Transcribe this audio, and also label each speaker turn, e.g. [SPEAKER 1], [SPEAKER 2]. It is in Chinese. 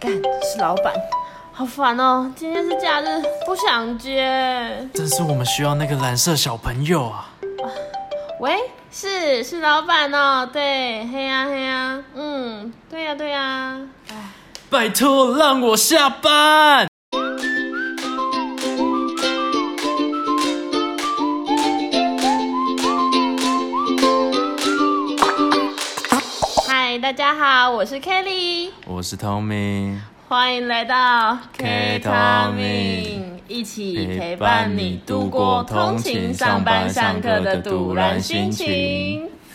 [SPEAKER 1] 干，是老板，好烦哦！今天是假日，不想接。
[SPEAKER 2] 但是我们需要那个蓝色小朋友啊！
[SPEAKER 1] 喂，是是老板哦，对，嘿呀、嘿呀、嗯，对呀、对呀、
[SPEAKER 2] 拜托让我下班。
[SPEAKER 1] 嗨，大家好，我是 Kelly，
[SPEAKER 2] 我是 Tommy，
[SPEAKER 1] 欢迎来到
[SPEAKER 2] K-Tommy
[SPEAKER 1] 一起陪伴你度过通勤、上班、上课的堵然心情。